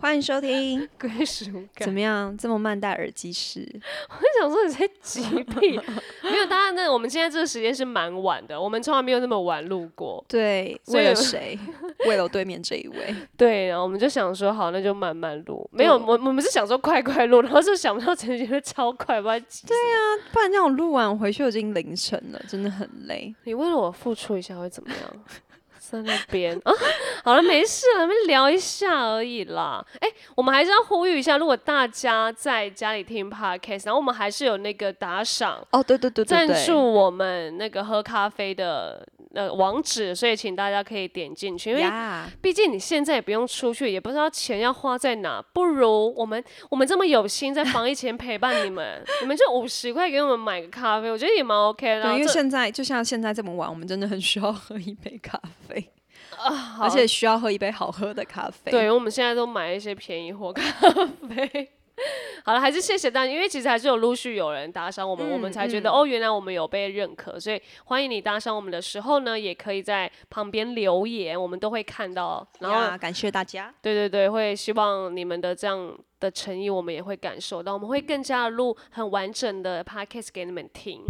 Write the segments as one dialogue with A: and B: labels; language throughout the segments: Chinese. A: 欢迎收 听。
B: 归属感
A: 怎。么样？这么慢戴耳机是？
B: 我想说你在急屁，没有，当然那我们现在这个时间是蛮晚的，我们从来没有那么晚录过。
A: 对，
B: 所以
A: 为了谁？ 为了我对面这一位。
B: 对，然后我们就想说好，那就慢慢录。没有，
A: 对
B: 我我们是想说快快录，然后就想不到陈杰会超快，不知道 急。对啊，
A: 不然让我录完，我回去已经凌晨了，真的很累。
B: 你为了我付出一下会怎么样？在那边 啊，好了，没事了，我们聊一下而已啦。哎、我们还是要呼吁一下，如果大家在家里听 podcast，然后我们还是有那个打赏。
A: 哦，对对对对
B: 赞
A: 对，
B: 助我们那个喝咖啡的呃网址，所以请大家可以点进去，因为
A: 呀，
B: 毕竟你现在也不用出去，也不知道钱要花在哪，不如我们 我们这么有心在防疫前陪伴你们，你们就五十块给我们买个咖啡，我觉得也蛮 OK 的。
A: 对，因为
B: 这
A: 现在就像现在这么晚，我们真的很需要喝一杯咖啡，
B: 啊，好
A: 而且需要喝一杯好喝的咖啡。
B: 对，我们现在都买一些便宜货咖 啡。好了，还是谢谢大家，因为其实还是有陆续有人打赏我们，我
A: 嗯
B: 们才觉得、哦，原来我们有被认可，所以欢迎你打赏我们的时候呢，也可以在旁边留言，我们都会看到。然后
A: 呀，感谢大家。
B: 对对对，会希望你们的这样的诚意，我们也会感受到，我们会更加的录很完整的 podcast 给你们听。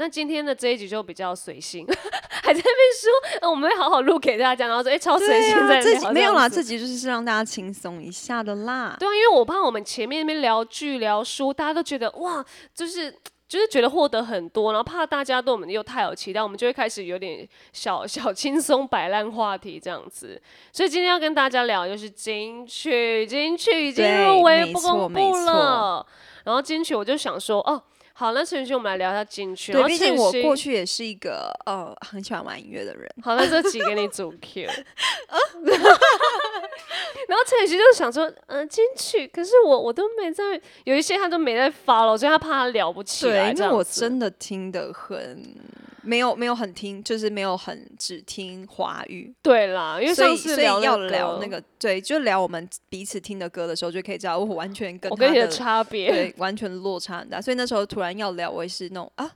B: 那今天的这一集就比较随性， 还在那边说、呃我们会好好录给大家，然后说哎、超随
A: 对
B: 性
A: 呀，
B: 在
A: 这
B: 聊
A: 集
B: 这
A: 没有
B: 样
A: 啦，
B: 子
A: 这集就是让大家轻松一下的啦。
B: 对啊，因为我怕我们前面那边聊剧聊书，大家都觉得哇，就是就是觉得获得很多，然后怕大家对我们又太有期待，我们就会开始有点小 小轻松摆烂话题这样子。所以今天要跟大家聊就是金曲，金曲已经
A: 对
B: 入围
A: 没
B: 不
A: 错
B: 公
A: 没
B: 布
A: 错
B: 了，然后金曲我就想说哦。好，那陈雨欣，我们来聊一下金曲。
A: 对，
B: 然后
A: 毕
B: 陈
A: 竟
B: 雨
A: 我
B: 欣
A: 过去也是一个呃很喜欢玩音乐的人。
B: 好，那这集给你组 Q。然后陈雨希就想说，呃，金曲，可是我我都没在，有一些他都没在发了，所以他怕他聊不起
A: 对，
B: 来。
A: 因
B: 这
A: 为
B: 样
A: 我
B: 子
A: 真的听的很没有没有很听，就是没有很只听华语，
B: 对啦，因为
A: 所
B: 上
A: 以
B: 次
A: 所以
B: 聊
A: 要
B: 个
A: 聊那，个对，就聊我们彼此听的歌的时候，就可以知道我完全跟
B: 我
A: 他
B: 跟你的
A: 的
B: 差别。
A: 对完全落差很大，所以那时候突然要聊，我也是那种啊，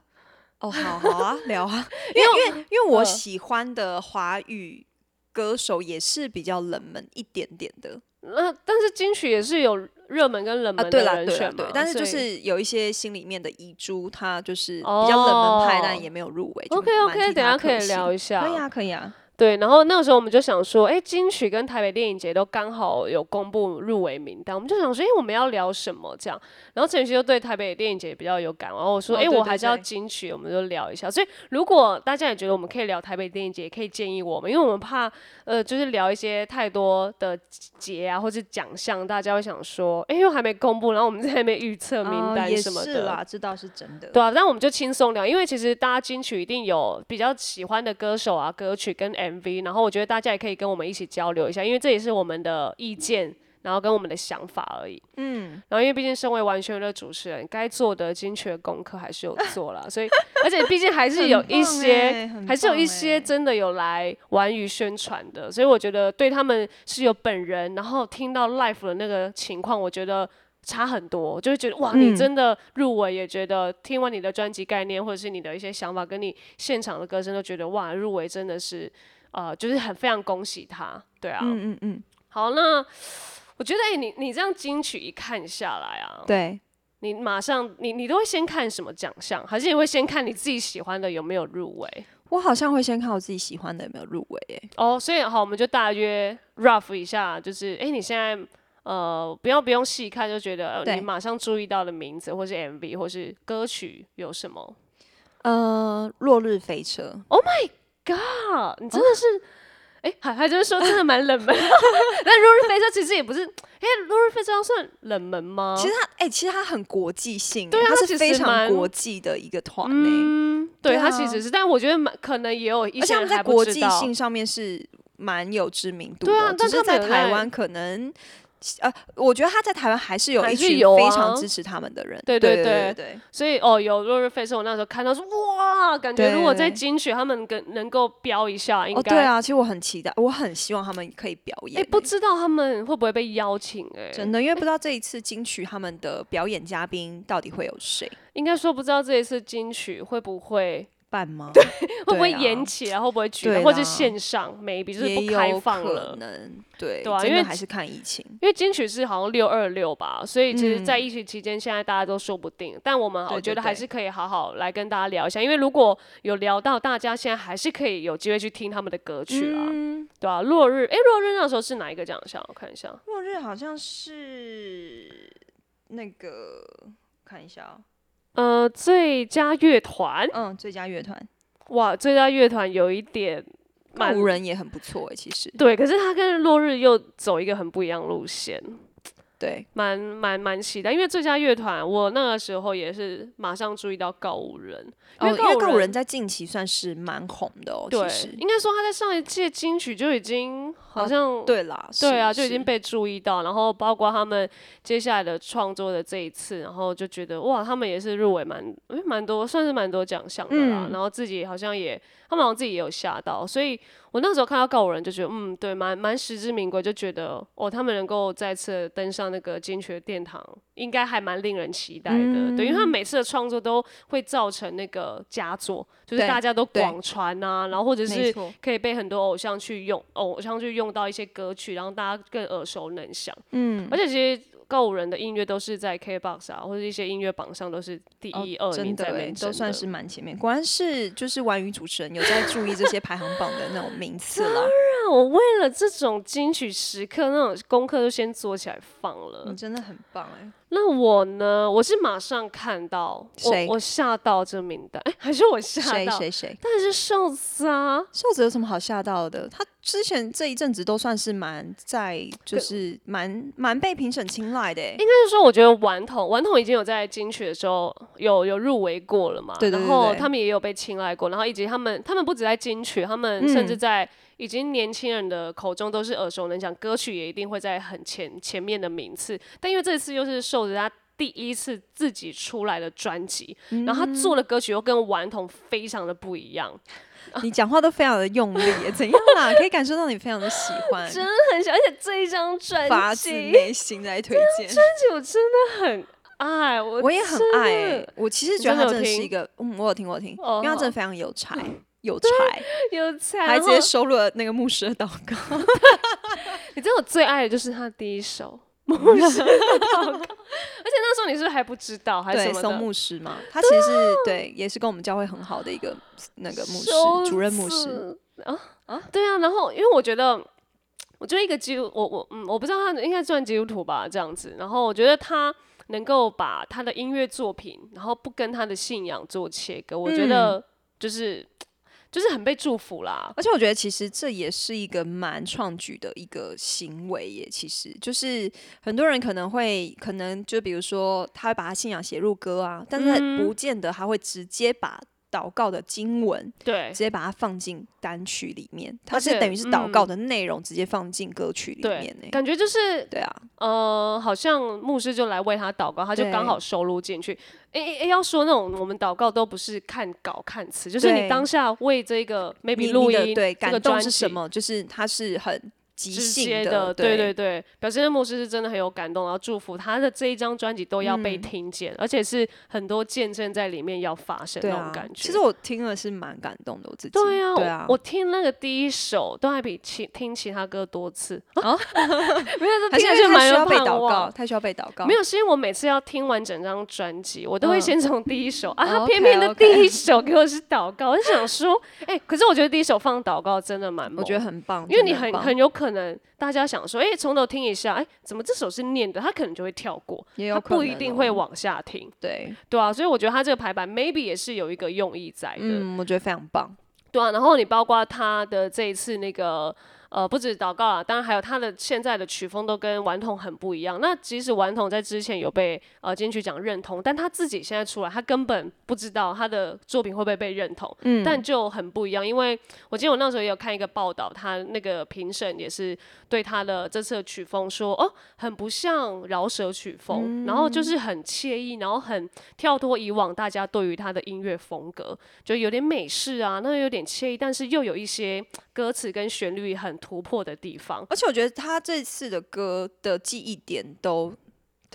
A: 哦，好好啊，聊 啊，因为因为因为我
B: 嗯
A: 喜欢的华语歌手也是比较冷门一点点的
B: 嗯那、但是金曲也是有热门跟冷
A: 啊，
B: 门
A: 对
B: 的
A: 啦
B: 人
A: 对啦
B: 选嘛，
A: 对，但是就
B: 所以。
A: 是有一些心里面的遗珠，他就是比较冷门派，
B: 哦
A: 但也没有入围。就
B: OK
A: 蛮
B: OK，
A: 替
B: 等
A: 他
B: 下可以
A: 惜
B: 聊一下。
A: 可以啊，可以啊。
B: 对，然后那个时候我们就想说，哎，金曲跟台北电影节都刚好有公布入围名单，我们就想说，哎，我们要聊什么这样？然后陈雨希就对台北电影节比较有感，然后我
A: 哦
B: 说，哎、
A: 对
B: 我
A: 对
B: 还是要
A: 对
B: 金曲，我们就聊一下。所以如果大家也觉得我们可以聊台北电影节，也可以建议我们，因为我们怕呃，就是聊一些太多的节啊或是奖项，大家会想说，哎，又还没公布，然后我们在那边预测名
A: 哦
B: 单
A: 也
B: 什么的。
A: 是啦，这倒是真的。
B: 对啊，但我们就轻松聊，因为其实大家金曲一定有比较喜欢的歌手啊、歌曲跟 MV，然后我觉得大家也可以跟我们一起交流一下，因为这也是我们的意见，然后跟我们的想法而已。
A: 嗯，
B: 然后因为毕竟身为完全的主持人，该做的金曲的功课还是有做啦，所以而且毕竟还是有
A: 欸
B: 一些。还是有一些真的有来玩语宣传的，所以我觉得对他们是有本人，然后听到 l i f e 的那个情况，我觉得差很多。我就会觉得哇，
A: 嗯
B: 你真的入围，也觉得听完你的专辑概念或者是你的一些想法，跟你现场的歌声，都觉得哇，入围真的是呃，就是很非常恭喜他。对啊，
A: 嗯嗯嗯，
B: 好，那我觉得哎、你你这样金曲一看下来啊，
A: 对。
B: 你马上你你都会先看什么奖项，还是你会先看你自己喜欢的有没有入围？
A: 我好像会先看我自己喜欢的有没有入围欸诶、
B: 哦，所以好，我们就大约 rough 一下，就是哎、诶你现在呃不用不用细看，就觉得、呃、
A: 对
B: 你马上注意到的名字，或是 MV，或是歌曲有什么
A: 呃，《落日飞车
B: 哦啊？你真的是。哎、还还就是说真的 蛮冷门，但《落日飞车》其实也不是，哎、落日飞车》要算冷门吗？》
A: 其实它哎、其实它很国际性、欸，
B: 对啊
A: 它
B: 它其
A: 是
B: 实
A: 非
B: 蛮
A: 常国际的一个团诶、
B: 嗯，对，
A: 对
B: 它
A: 啊
B: 其实是，但我觉得蛮可能也有一
A: 而且
B: 些
A: 他
B: 人
A: 们在
B: 还不
A: 国
B: 知
A: 际
B: 道
A: 性上面是蛮有知名度的，哦
B: 对啊但
A: 只
B: 他
A: 是
B: 们
A: 在
B: 有
A: 台
B: 在
A: 湾可能。呃，我觉得他在台湾还是有
B: 还
A: 一
B: 是
A: 群
B: 有
A: 非
B: 啊
A: 常支持他们的人，
B: 对
A: 对
B: 对
A: 对
B: 对
A: 对
B: 所以哦，有落日飞车，我那时候看到说哇，感觉
A: 对
B: 如果
A: 对
B: 在
A: 对
B: 金曲他们跟能够飙一下，应
A: 哦，
B: 该、
A: 对啊，其实我很期待，我很希望他们可以表演
B: 哎、
A: 欸、
B: 不知道他们会不会被邀请、哎，
A: 真的，因为不知道这一次金曲他们的表演嘉宾到底会有谁。
B: 应该说不知道这一次金曲会不会
A: 办吗？
B: 会不会
A: 对啊
B: 延期啊？会不会取消？
A: 对
B: 或者
A: 啦
B: 线上 maybe 就是
A: 也
B: 不
A: 有
B: 开放
A: 可
B: 了？
A: 能对，
B: 对啊
A: 真
B: 因为
A: 的还是看疫情。
B: 因为金曲是好像六二六吧，所以其实，
A: 嗯
B: 在疫情期间，现在大家都说不定。但我们
A: 对
B: 我
A: 对
B: 觉得还
A: 对
B: 是可以好好来跟大家聊一下，因为如果有聊到，大家现在还是可以有机会去听他们的歌曲啊，
A: 嗯，
B: 对啊，落日，诶，落日那时候是哪一个奖项？我看一下，
A: 落日好像是那个，看一下哦，
B: 呃，最佳乐团，
A: 嗯，最佳乐团，
B: 哇，最佳乐团有一点蛮
A: 路人也很不错哎，其实
B: 对，可是他跟落日又走一个很不一样路线，
A: 对，
B: 蛮蛮蛮期待，因为最佳乐团，我那个时候也是马上注意到告五人，
A: 哦因为
B: 告
A: 告
B: 五
A: 五人在近期算是蛮红的哦，
B: 对
A: 其实，
B: 应该说他在上一届金曲就已经好
A: 哦
B: 像、
A: 对啦，
B: 对
A: 是
B: 啊，就已经
A: 是
B: 被注意到，然后包括他们接下来的创作的这一次，然后就觉得哇，他们也是入围蛮诶蛮多，算是蛮多奖项的啦。
A: 嗯
B: 然后自己好像也，他们好像自己也有吓到，所以我那时候看到告五人就觉得，嗯，对，蛮蛮实至名归，就觉得哦，他们能够再次登上那个金曲的殿堂，应该还蛮令人期待的。对，因为他们
A: 嗯
B: 每次的创作都会造成那个佳作，就是
A: 对
B: 大家都
A: 对
B: 广传啊，然后或者
A: 没
B: 是
A: 错，
B: 可以被很多偶像去用，偶像去用到一些歌曲，然后大家更耳熟能详。
A: 嗯，
B: 而且其实告五人的音乐都是在 KBox 啊，或者一些音乐榜上都是第一、
A: 哦
B: 二
A: 真
B: 名
A: 的
B: 在
A: 哎
B: 面，争
A: 都算
B: 的
A: 是蛮前面，果然是就是玩语主持人有在注意这些排行榜的那种名次 啦，
B: 那我为了这种金曲时刻，那种功课都先做起来放了。
A: 你真的很棒哎，
B: 那我呢？我是马上看到，
A: 谁
B: 我我吓到这名单，哎、 还是我吓
A: 谁
B: 到？
A: 谁谁，
B: 但是瘦子啊，
A: 瘦子有什么好吓到的？他之前这一阵子都算是蛮在，就是蛮蛮被评审青睐的欸、
B: 应该是说，我觉得顽童顽童已经有在金曲的时候有有入围过了嘛，
A: 对对对
B: 然后
A: 对
B: 他们也有被青睐过，然后以及他们他们不止在金曲，他们
A: 嗯
B: 甚至在已经年轻人的口中都是耳熟能详，歌曲也一定会在很前前面的名次。但因为这次又是受着他。第一次自己出来的专辑，然后他做的歌曲又跟顽童非常的不一样，啊
A: 你讲话都非常的用力欸、怎样啦？可以感受到你非常的喜欢，
B: 真的 很想，而且这一张专
A: 发自
B: 辑，
A: 内心来推荐。
B: 而且我真的很爱，我
A: 我也很
B: 真的
A: 爱欸、我其实
B: 你
A: 觉得
B: 真
A: 他
B: 的
A: 真
B: 有
A: 的是
B: 听
A: 一个，嗯，我有听，我有听，
B: 哦
A: 因为他真
B: 好
A: 的非常有才，有才，
B: 有才，哦
A: 还
B: 然
A: 直
B: 后
A: 接收录了那个牧师的祷告。
B: 你知道我最爱的就是他第 一首《梦想的祷告》，而且那时候你是不是还不知道 还是什
A: 对，
B: 么
A: 松
B: 的？
A: 牧师嘛，他其实是对，也是跟我们教会很好的一个那个牧师
B: 收，
A: 主任牧师。
B: 子啊啊，对啊，然后因为我觉得。我觉得一个基督，我我嗯，我不知道他应该算基督徒吧，这样子。然后我觉得他能够把他的音乐作品，然后不跟他的信仰做切割，我觉
A: 嗯
B: 得就是就是很被祝福啦。
A: 而且我觉得，其实这也是一个蛮创举的一个行为耶。其实就是很多人可能会，可能就比如说，他会把他信仰写入歌啊，但是
B: 嗯
A: 他不见得他会直接把祷告的经文
B: 对
A: 直接把它放进单曲里面，他
B: 而且嗯
A: 是等于是祷告的内容直接放进歌曲里
B: 对
A: 面，呢。
B: 感觉就是
A: 对啊，
B: 呃，好像牧师就来为他祷告，他就
A: 对
B: 刚好收录进去。诶诶诶，要说那种我们祷告都不是看稿看词，就是你
A: 对
B: 当下为这个
A: 你
B: maybe
A: 你
B: 录
A: 的
B: 音
A: 对
B: 这
A: 感
B: 个
A: 动
B: 专
A: 是什
B: 辑
A: 么？就是他是很即
B: 直
A: 兴
B: 接的，对
A: 对
B: 对对，表示那牧师是真的很有感动，然后祝福他的这一张专辑都要被
A: 嗯
B: 听见，而且是很多见证在里面要发生
A: 对
B: 那种
A: 啊
B: 感觉。
A: 其实我听了是蛮感动的，我自己。
B: 对啊，
A: 对啊
B: 我，我听那个第一首都还比其听其他歌多次
A: 啊，
B: 没有，这
A: 还是
B: 听
A: 因为
B: 着就
A: 太
B: 蛮
A: 需
B: 有
A: 要被
B: 盼
A: 祷
B: 望
A: 告，。太需要被祷告。
B: 没有，是因为我每次要听完整张专辑，我都会
A: 嗯
B: 先从第一首、啊，他
A: OK，
B: 偏偏的
A: OK
B: 第一首给我是祷告，我就 想说，哎、可是我觉得第一首放祷告真的蛮猛，
A: 我觉得，很棒，
B: 因为
A: 真
B: 你
A: 的
B: 很
A: 棒
B: 很有可能大家想说，哎、从头听一下，哎、怎么这首是念的，他可能就会跳过，
A: 也
B: 他
A: 有可
B: 不
A: 能
B: 一定
A: 哦
B: 会往下听，
A: 对，
B: 对啊，所以我觉得他这个排版 maybe 也是有一个用意在的，
A: 嗯，我觉得非常棒，
B: 对啊，然后你包括他的这一次那个呃，不止祷告啊，当然还有他的现在的曲风都跟顽童很不一样。那即使顽童在之前有被呃金曲奖认同，但他自己现在出来，他根本不知道他的作品会不会被认同，
A: 嗯，
B: 但就很不一样。因为我记得我那时候也有看一个报道，他那个评审也是对他的这次的曲风说，哦，很不像饶舌曲风，然后就是很惬意，然后很跳脱以往大家对于他的音乐风格，就有点美式啊，那有点惬意，但是又有一些歌词跟旋律很突破的地方，
A: 而且我觉得他这次的歌的记忆点都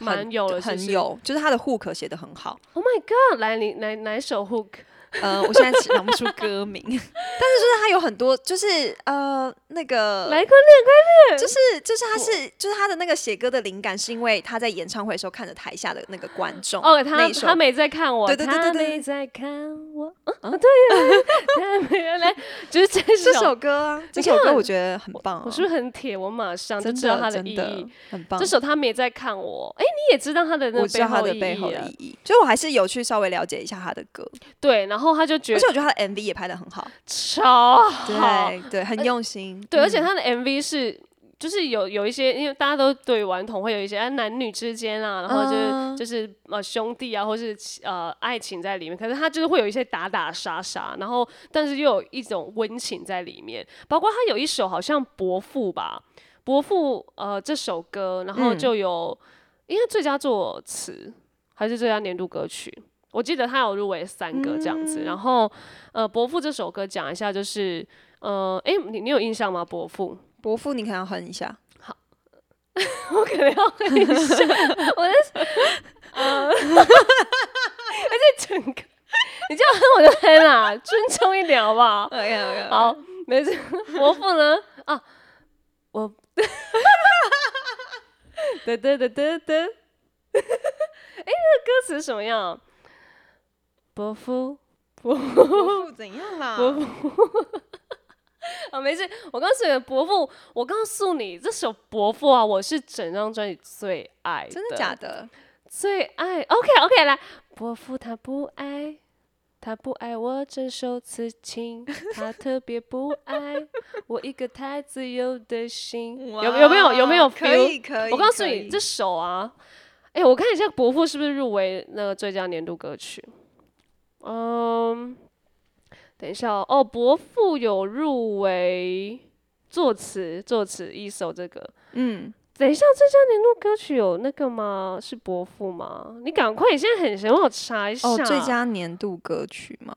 A: 很
B: 蛮有了是不
A: 很
B: 是
A: 有，就是他的 hook 写的很好。
B: Oh my god！来，你来来一首 hook，
A: 呃，我现在只想不出歌 名，但是就是它有很多，就是呃那个
B: 来快乐，快乐，
A: 就是就是他是就是他的那个写歌的灵感是因为他在演唱会的时候看着台下的那个观众
B: 哦，他
A: 那一首
B: 他没在看我，
A: 对对对对对
B: 他没在看我，啊，对啊， 他没有来，就是这
A: 这
B: 首，
A: 首歌啊，这
B: 你
A: 首
B: 看
A: 歌我觉得很棒、啊，
B: 我是不是很铁？我马上就
A: 真
B: 知道它
A: 的
B: 的
A: 真
B: 意
A: 的
B: 义。
A: 很棒
B: 这。首他没在看我，哎，你也知道他的那
A: 我
B: 个
A: 知道它的
B: 意
A: 背后
B: 义
A: 的
B: 了
A: 意，义，所以我还是有去稍微了解一下他的歌，
B: 对，然后他就觉
A: 而
B: 得
A: 且我觉得他的 MV 也拍的很好，
B: 超好，
A: 对对，很用心。
B: 对，而且
A: 嗯
B: 他的 MV 是。就是有有一些，因为大家都对顽童会有一些啊男女之间啊，然后就是、
A: 嗯
B: 就是呃兄弟啊，或是呃爱情在里面。可是他就是会有一些打打杀杀，然后但是又有一种温情在里面。包括他有一首好像《伯父》吧，《伯父》呃这首歌，然后
A: 嗯
B: 就有、应该最佳作词还是最佳年度歌曲，我记得他有入围三个这样子。然后呃，《伯父》这首歌讲一下就是。呃，诶，你你有印象吗？伯父，
A: 伯父，你可能要哼一下，
B: 我可能要跟你说，我在，呃，而 且整个， 你这样哼 我就哼啊，尊重一点好不好？
A: 哎呀哎呀，
B: 好，没事。伯父呢？
A: 哦
B: 啊， 我，得得得得得，哎、那个歌词什么样？啊伯父，伯父。
A: 伯父怎样啦？
B: 伯父。啊，没事，我告诉你，伯父，我告诉你，这首《伯父》啊，我是整张专辑最爱
A: 真的假的？
B: 最爱。OK OK，来，伯父他不爱，他不爱我这首词情，他特别不爱我一个太自由的心。 有有没有有没有
A: 哇可
B: feel？
A: 以可以，
B: 我告诉
A: 可
B: 你，
A: 以
B: 这首啊，哎、我看一下《伯父》是不是入围那个最佳年度歌曲？嗯，等一下哦，哦《伯父》有入围作词，作词一首这个。
A: 嗯，
B: 等一下，最佳年度歌曲有那个吗？是《伯父》吗？你赶快，你现在很闲，我查一下。
A: 哦，最佳年度歌曲吗？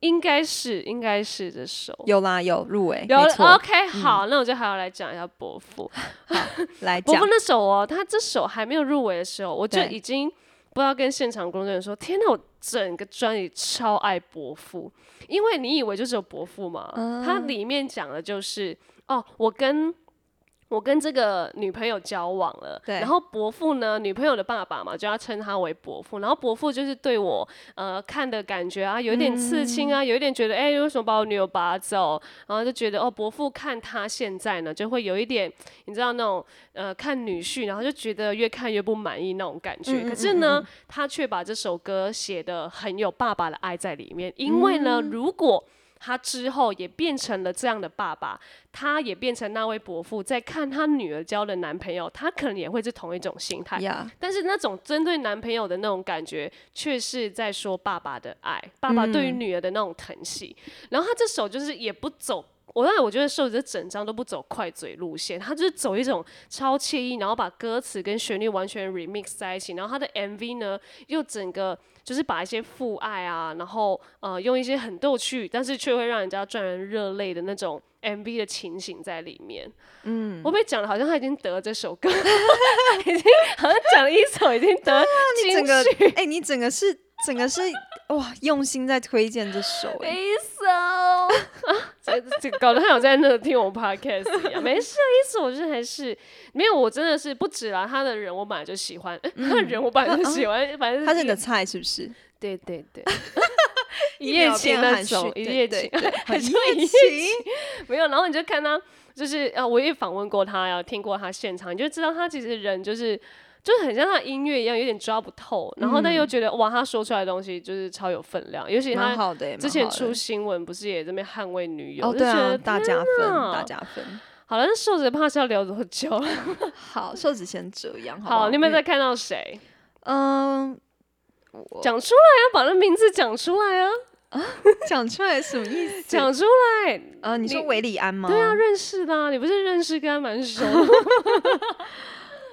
B: 应该是，应该是这首。
A: 有啦，有入围，
B: 有哦
A: 没错，嗯
B: OK，好，那我就还要来讲一下《伯父》。
A: 来
B: 伯
A: 讲
B: 父，那首哦，他这首还没有入围的时候，我就
A: 对
B: 已经不知道跟现场工作人员说：“天哪，我整个专辑超爱伯父，因为你以为就只有伯父嘛，
A: 嗯
B: 它里面讲的就是哦，我跟。”我跟这个女朋友交往了，
A: 对
B: 然后伯父呢，女朋友的爸爸嘛，就要称他为伯父。然后伯父就是对我，呃，看的感觉啊，有一点刺
A: 嗯
B: 青啊，有一点觉得，哎、为什么把我女友拔走？然后就觉得，哦，伯父看他现在呢，就会有一点，你知道那种呃看女婿，然后就觉得越看越不满意那种感觉。
A: 嗯嗯
B: 可是呢，他却把这首歌写的很有爸爸的爱在里面，因为呢，
A: 嗯
B: 如果他之后也变成了这样的爸爸，他也变成那位伯父，在看他女儿交的男朋友，他可能也会是同一种心态。
A: 呀，
B: 但是那种针对男朋友的那种感觉，却是在说爸爸的爱，爸爸对于女儿的那种疼惜。然后他这首就是也不走，我让我觉得瘦子整张都不走快嘴路线，他就是走一种超惬意，然后把歌词跟旋律完全 remix 在一起。然后他的 MV 呢，又整个就是把一些父爱啊，然后呃用一些很逗趣，但是却会让人家赚人热泪的那种 MV 的情形在里面。嗯，我被讲的好像他已经得了这首歌。 好像讲了一首已经得
A: 啊你
B: 金
A: 整个
B: 曲，
A: 哎，你整个是整个是哇，用心在推荐这首，哎，
B: 一首啊， 这这搞得好像在那个听我 podcast 一样。没事，一首我觉得还是没有，我真的是不止啦，他的人我本来就喜欢，诶他的人我本来就喜欢，反正
A: 嗯他是你
B: 一
A: 的菜是不是？
B: 对对 对。一夜情那种，一夜情，
A: 很
B: 是
A: 一
B: 一
A: 夜
B: 夜
A: 情，
B: 没有，然后你就看他，就是呃，我也访问过他，然后听过他现场，你就知道他其实人就是。就是很像他的音乐一样，有点抓不透，然后但又觉得、哇，他说出来的东西就是超有分量，尤其他
A: 蛮好的，蛮
B: 之前
A: 好的
B: 出新闻不是也这边捍卫女友，
A: 哦，
B: 就
A: 对
B: 觉
A: 啊，
B: 得
A: 大
B: 天
A: 加分，
B: 哪
A: 大加分。
B: 好了，那瘦子怕是要聊多久了？
A: 好，啊瘦子先这样，好不
B: 好，
A: 好，
B: 你们在看到谁？
A: 嗯。
B: 讲出来啊，把那名字讲出来啊，
A: 讲出来什么意思？
B: 讲出来。
A: 呃，你说
B: 你
A: 维里安吗？
B: 对啊，，认识的、啊，你不是认识跟他蛮熟的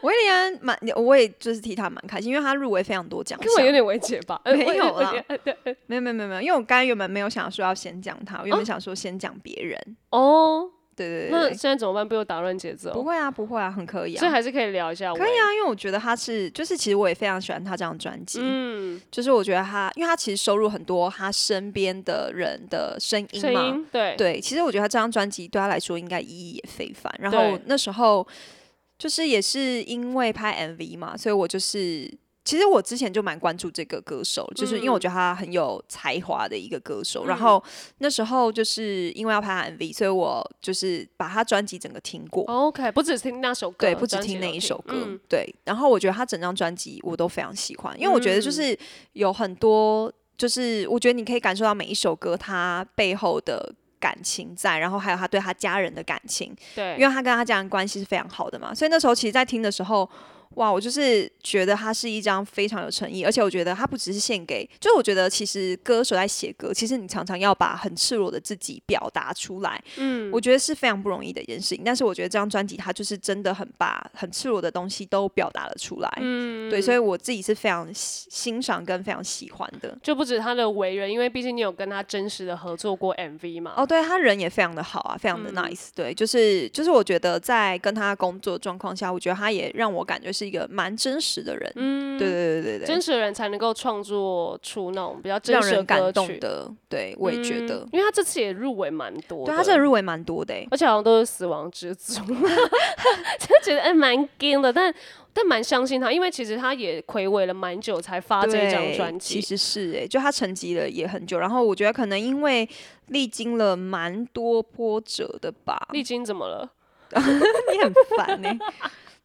A: 维里安蛮，我也就是替他蛮开心，因为他入围非常多奖
B: 跟我有
A: 项。
B: 点为结吧？呃
A: 没有啦。
B: 我对呃对
A: 没有没有没有没有，因为我刚才原本没有想说要先讲他，我原本想说先讲别人，
B: 哦，
A: 对对对
B: 那
A: 对，
B: 现在怎么办？被我打乱节奏，
A: 不会啊，不会啊，很可以啊，
B: 所以还是可以聊一下。
A: 可以，啊，因为我觉得他是，就是其实我也非常喜欢他这张专辑，
B: 嗯，
A: 就是我觉得他，因为他其实收入很多他身边的人的声音
B: 声
A: 嘛，
B: 音对，
A: 对，其实我觉得他这张专辑对他来说应该意义也非凡。然
B: 对
A: 后那时候就是也是因为拍 MV 嘛，所以我就是其实我之前就蛮关注这个歌手，就是因为我
B: 嗯
A: 觉得他很有才华的一个歌手。然
B: 嗯
A: 后那时候就是因为要拍他 MV，所以我就是把他专辑整个听过。
B: OK，不只听那首歌，
A: 对，不只
B: 专辑
A: 听
B: 都
A: 那一首歌，
B: 嗯
A: 对。然后我觉得他整张专辑我都非常喜欢，因为我觉得
B: 嗯
A: 就是有很多，就是我觉得你可以感受到每一首歌它背后的感情在，然后还有他对他家人的感情，
B: 对，
A: 因为他跟他家人关系是非常好的嘛，所以那时候其实，在听的时候。哇，我就是觉得它是一张非常有诚意，而且我觉得它不只是献给，就是我觉得其实歌手在写歌，其实你常常要把很赤裸的自己表达出来，
B: 嗯，
A: 我觉得是非常不容易的一件事情。但是我觉得这张专辑它就是真的很把很赤裸的东西都表达了出来，
B: 嗯
A: 对，所以我自己是非常喜欣赏跟非常喜欢的。
B: 就不止他的为人，因为毕竟你有跟他真实的合作过 MV 嘛。
A: 哦，对他人也非常的好啊，非常的
B: 嗯
A: nice、对，就是就是，我觉得在跟他工作状况下，我觉得他也让我感觉是一个蛮真实的人。
B: 嗯，
A: 对对对对对
B: 真，实的人才能够创作出那种比较真
A: 让
B: 实的
A: 人
B: 歌
A: 感
B: 曲
A: 动。的。对，我也觉得，
B: 嗯因为他这次也入围蛮多的，
A: 对他真的入围蛮多的、欸。
B: 而且好像都是死亡之组， 就觉得哎蛮惊的，但但蛮相信他，因为其实他也暌违了蛮久才发这
A: 对，
B: 一张专
A: 其。
B: 辑
A: 实是哎、就他沉寂了也很久，然后我觉得可能因为历经了蛮多波折的吧，
B: 历经怎么了？
A: 你很烦呢、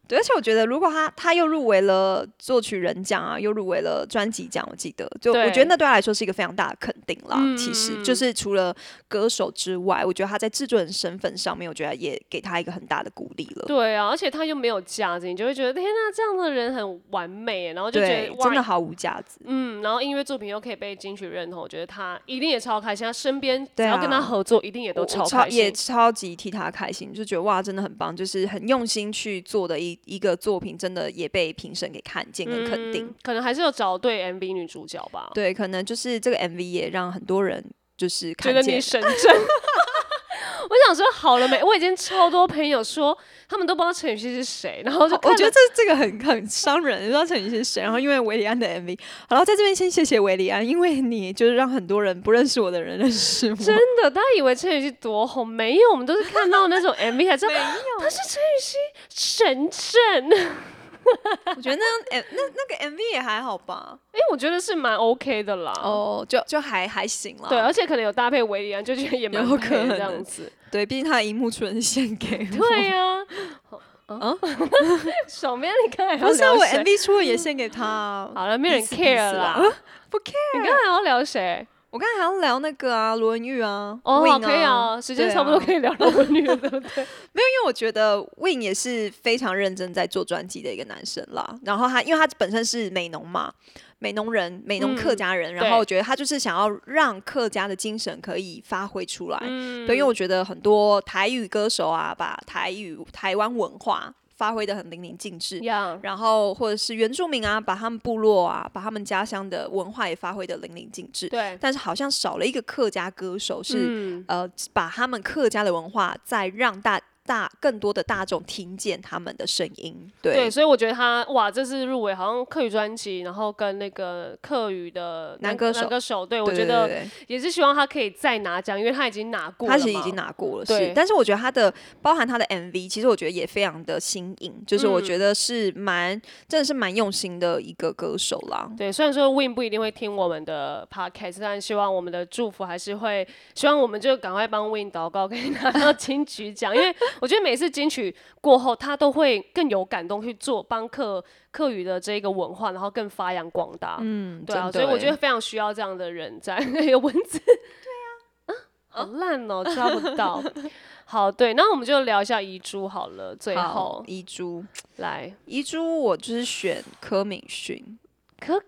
A: 对，而且我觉得，如果他他又入围了作曲人奖啊，又入围了专辑奖，我记得，就
B: 对
A: 我觉得那对他来说是一个非常大的肯定啦。
B: 嗯
A: 其实，
B: 嗯
A: 就是除了歌手之外，我觉得他在制作人身份上面，我觉得也给他一个很大的鼓励了。
B: 对啊，而且他又没有架子，你就会觉得天呐，这样的人很完美耶，然后就觉
A: 对
B: 得，
A: 真的
B: 哇，
A: 毫无价值。
B: 嗯，然后音乐作品又可以被金曲认同，我觉得他一定也超开心，他身边只
A: 对啊
B: 要跟他合作，一定也
A: 我
B: 都
A: 我
B: 超
A: 超
B: 开
A: 也
B: 心。
A: 超级替他开心，就觉得哇，真的很棒，就是很用心去做的一一个作品，真的也被评审给看见跟肯定。
B: 嗯可能还是有找对 MV 女主角吧，
A: 对，可能就是这个 MV 也让很多人就是
B: 觉
A: 看
B: 得你
A: 见。
B: 神正。 我想说好了没？我已经超多朋友说，他们都不知道陈雨希是谁，然后就
A: 哦我觉得
B: 得
A: 这这个很很伤人，不知道陈宇是谁。然后因为维里安的 MV，好了，在这边先谢谢维里安，因为你就是让很多人不认识我的人认识我。
B: 真的，大家以为陈雨希多红，没有，我们都是看到那种 MV 才知道
A: 没有，
B: 她是陈雨希神正。
A: 我觉得那张 M 那那个 MV 也还好吧，
B: 哎，我觉得是蛮 OK 的啦。
A: 哦，就啊就还还行啦。
B: 对，而且可能有搭配维里安，就觉得也蛮
A: 有
B: 配
A: 可
B: 的
A: 能
B: 这样子。
A: 对，毕竟他的荧幕出人献给我。
B: 对 呀、啊， 爽边你刚才还要
A: 不是啊
B: 聊
A: 我
B: 谁
A: MV 出了也献给他啊、
B: 好了，没人
A: 彼此彼此
B: care 啦
A: 啦，不 care。
B: 你刚才还要聊谁？
A: 我刚才还要聊那个啊，罗文玉啊
B: 哦，
A: ，Win
B: 好可以啊，时间
A: 对
B: 差不多
A: 啊
B: 可以聊到我女了，对不对？
A: 因为我觉得 Win 也是非常认真在做专辑的一个男生啦。然后他，因为他本身是美农嘛，美农人，美农客家人，然后我觉得他就是想要让客家的精神可以发挥出来。
B: 嗯
A: 对，因为我觉得很多台语歌手啊，把台语台湾文化发挥的很淋漓尽致。
B: 呀，
A: 然后或者是原住民啊，把他们部落啊，把他们家乡的文化也发挥的淋漓尽致。
B: 对，
A: 但是好像少了一个客家歌手是、
B: 嗯
A: 呃，把他们客家的文化再让大大更多的大众听见他们的声音。
B: 对，
A: 对，
B: 所以我觉得他哇，这次入围好像客语专辑，然后跟那个客语的
A: 男歌手
B: 男歌手，对我
A: 对
B: 觉
A: 对
B: 得
A: 对
B: 也是希望他可以再拿奖，因为他已经拿过
A: 对他
B: 了嘛，
A: 其实已经拿过了，
B: 对
A: 是。但是我觉得他的包含他的 MV，其实我觉得也非常的新颖，就是我
B: 嗯
A: 觉得是蛮、真的是蛮用心的一个歌手啦。
B: 对，虽然说 Win 不一定会听我们的 podcast，但希望我们的祝福还是会，希望我们就赶快帮 Win 祷告，可以拿到金曲奖。因为我觉得每次金曲过后，他都会更有感动去做帮客客语的这个文化，然后更发扬光大。
A: 嗯，
B: 对啊，
A: 真
B: 所
A: 的
B: 以我
A: 欸
B: 觉得非常需要这样的人在。 有蚊子。对啊，好
A: 嗯
B: 烂哦，抓不到。好，对，那我们就聊一下遗珠好了。最
A: 好
B: 后
A: 遗珠，
B: 来，
A: 遗珠我就是选柯敏勋。
B: 可可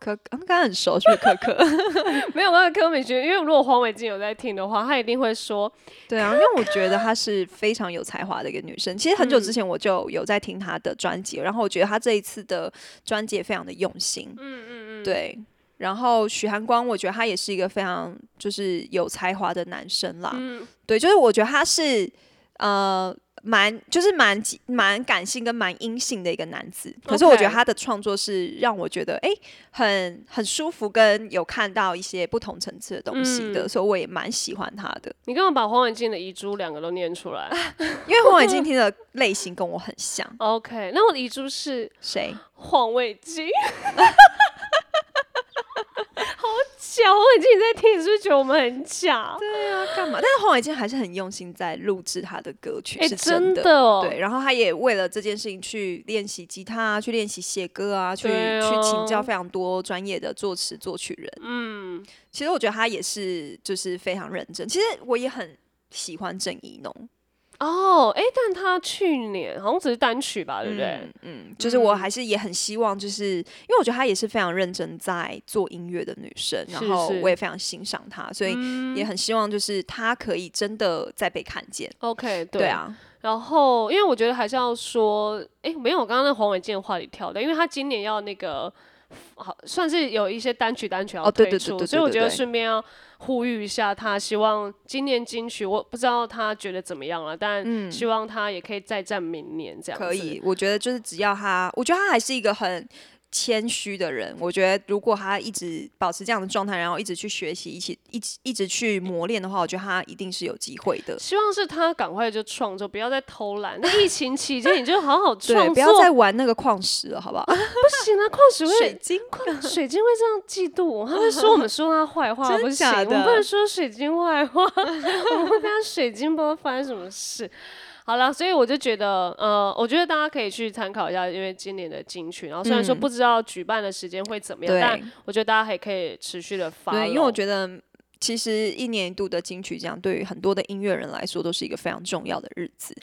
A: 可刚刚很熟，是不是可可？
B: 没有办法，柯美君，因为如果黄伟晋有在听的话，他一定会说，
A: 对啊，因为我觉得她是非常有才华的一个女生。其实很久之
B: 嗯
A: 前我就有在听她的专辑，然后我觉得她这一次的专辑也非常的用心。
B: 嗯嗯嗯，
A: 对，然后许寒光，我觉得他也是一个非常就是有才华的男生啦。
B: 嗯，
A: 对，就是我觉得他是呃蛮就是蛮蛮感性跟蛮阴性的一个男子，可是我觉得
B: OK
A: 他的创作是让我觉得哎、诶很很舒服，跟有看到一些不同层次的东西的，
B: 嗯
A: 所以我也蛮喜欢他的，
B: 你根本把黄伟晋的遗珠两个都念出来。
A: 因为黄伟晋听的类型跟我很像，
B: OK，那我的遗珠是
A: 谁？
B: 黄伟晋。 好假，黄伟晋你在听，你是不是觉得我们很假？
A: 对啊，干嘛？但是黄伟晋还是很用心在录制他的歌曲，
B: 哎、
A: 是
B: 真
A: 的。
B: 的哦。
A: 对，然后他也为了这件事情去练习吉他啊，去练习写歌啊，去、
B: 对
A: 去请教
B: 哦
A: 非常多专业的作词作曲人。
B: 嗯，
A: 其实我觉得他也是就是非常认真。其实我也很喜欢郑怡农，
B: 哦，哎、但他去年好像只是单曲吧，对不对？
A: 嗯？嗯，就是我
B: 嗯
A: 还是也很希望，就是因为我觉得她也是非常认真在做音乐的女生，然
B: 是
A: 后
B: 是嗯
A: 我也非常欣赏她，所以也很希望就是她可以真的再被看见。
B: OK，对
A: 对。啊，
B: 然后，因为我觉得还是要说，哎、没有，我刚刚那黄伟健的话里跳的，因为他今年要那个，好算是有一些单曲单曲要
A: 哦对
B: 推
A: 对对
B: 出，
A: 对
B: 所以我
A: 对
B: 觉得
A: 对
B: 顺便要呼吁一下他，希望今年金曲，我不知道他觉得怎么样了，但希望他也可以再战明年嗯这样子。
A: 嗯可以，我觉得就是只要她，我觉得她还是一个很。谦虚的人，我觉得如果她一直保持这样的状态，然后一直去学习，一起一直一直去磨练的话，我觉得她一定是有机会的。
B: 希望是他赶快就创作，不要再偷懒。那疫情期间你就好好
A: 对，
B: 创作，
A: 不要再玩那个矿石了，好不好？
B: 不行啊，矿石会
A: 水晶
B: 水晶会这样嫉妒 我，他会说我们说他坏话，
A: 真
B: 不行，
A: 假
B: 我们不
A: 的
B: 能说水晶 坏话，我们会被他水晶不知道发生什么事。好了，所以我就觉得，呃，我觉得大家可以去参考一下，因为今年的金曲，然后虽然说
A: 嗯
B: 不知道举办的时间会怎么样，
A: 对
B: 但，我觉得大家还可以持续的发。
A: 对，因为我觉得其实一年一度的金曲奖对于很多的音乐人来说都是一个非常重要的日子。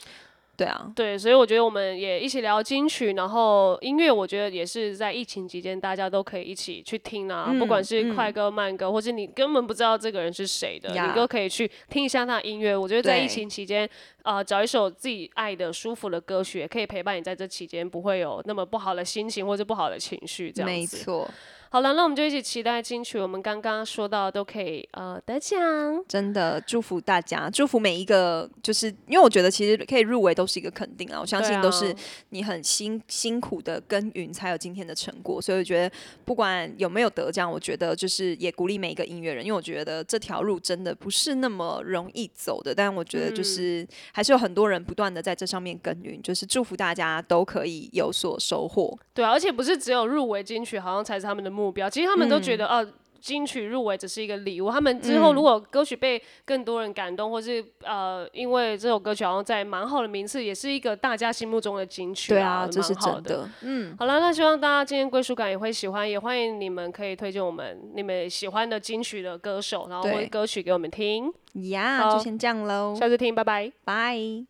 A: 对啊，
B: 对，所以我觉得我们也一起聊金曲，然后音乐，我觉得也是在疫情期间大家都可以一起去听啊，不管
A: 嗯
B: 是快歌、慢歌，或是你根本不知道这个人是谁的，
A: 呀
B: 你都可以去听一下他的音乐。我觉得在疫
A: 对
B: 情期间，呃，找一首自己爱的、舒服的歌曲，也可以陪伴你在这期间不会有那么不好的心情或者不好的情绪，这
A: 没
B: 样子。
A: 错，
B: 好了，那我们就一起期待金曲，我们刚刚说到都可以呃得奖。
A: 真的祝福大家，祝福每一个，就是因为我觉得其实可以入围都是一个肯定啊，我相
B: 对
A: 信
B: 啊
A: 都是你很辛辛苦的耕耘才有今天的成果，所以我觉得不管有没有得奖，我觉得就是也鼓励每一个音乐人，因为我觉得这条路真的不是那么容易走的，但我觉得
B: 嗯
A: 就是还是有很多人不断的在这上面耕耘，就是祝福大家都可以有所收获。
B: 对啊，而且不是只有入围金曲好像才是他们的目标，其实他们都觉得、
A: 嗯
B: 啊。金曲入围只是一个礼物，他们之后如果歌曲被更多人感动，或是呃，因为这首歌曲好像在蛮好的名次，也是一个大家心目中的金曲、
A: 对
B: 啊
A: 啊，，这是
B: 蛮好
A: 真
B: 的。
A: 的，嗯，
B: 好了，那希望大家今天归属感也会喜欢，也欢迎你们可以推荐我们你们喜欢的金曲的歌手，然后或
A: 对哦
B: 者歌曲给我们听。
A: 呀、
B: 好
A: 就先这样喽，
B: 下次听，拜拜。
A: 拜。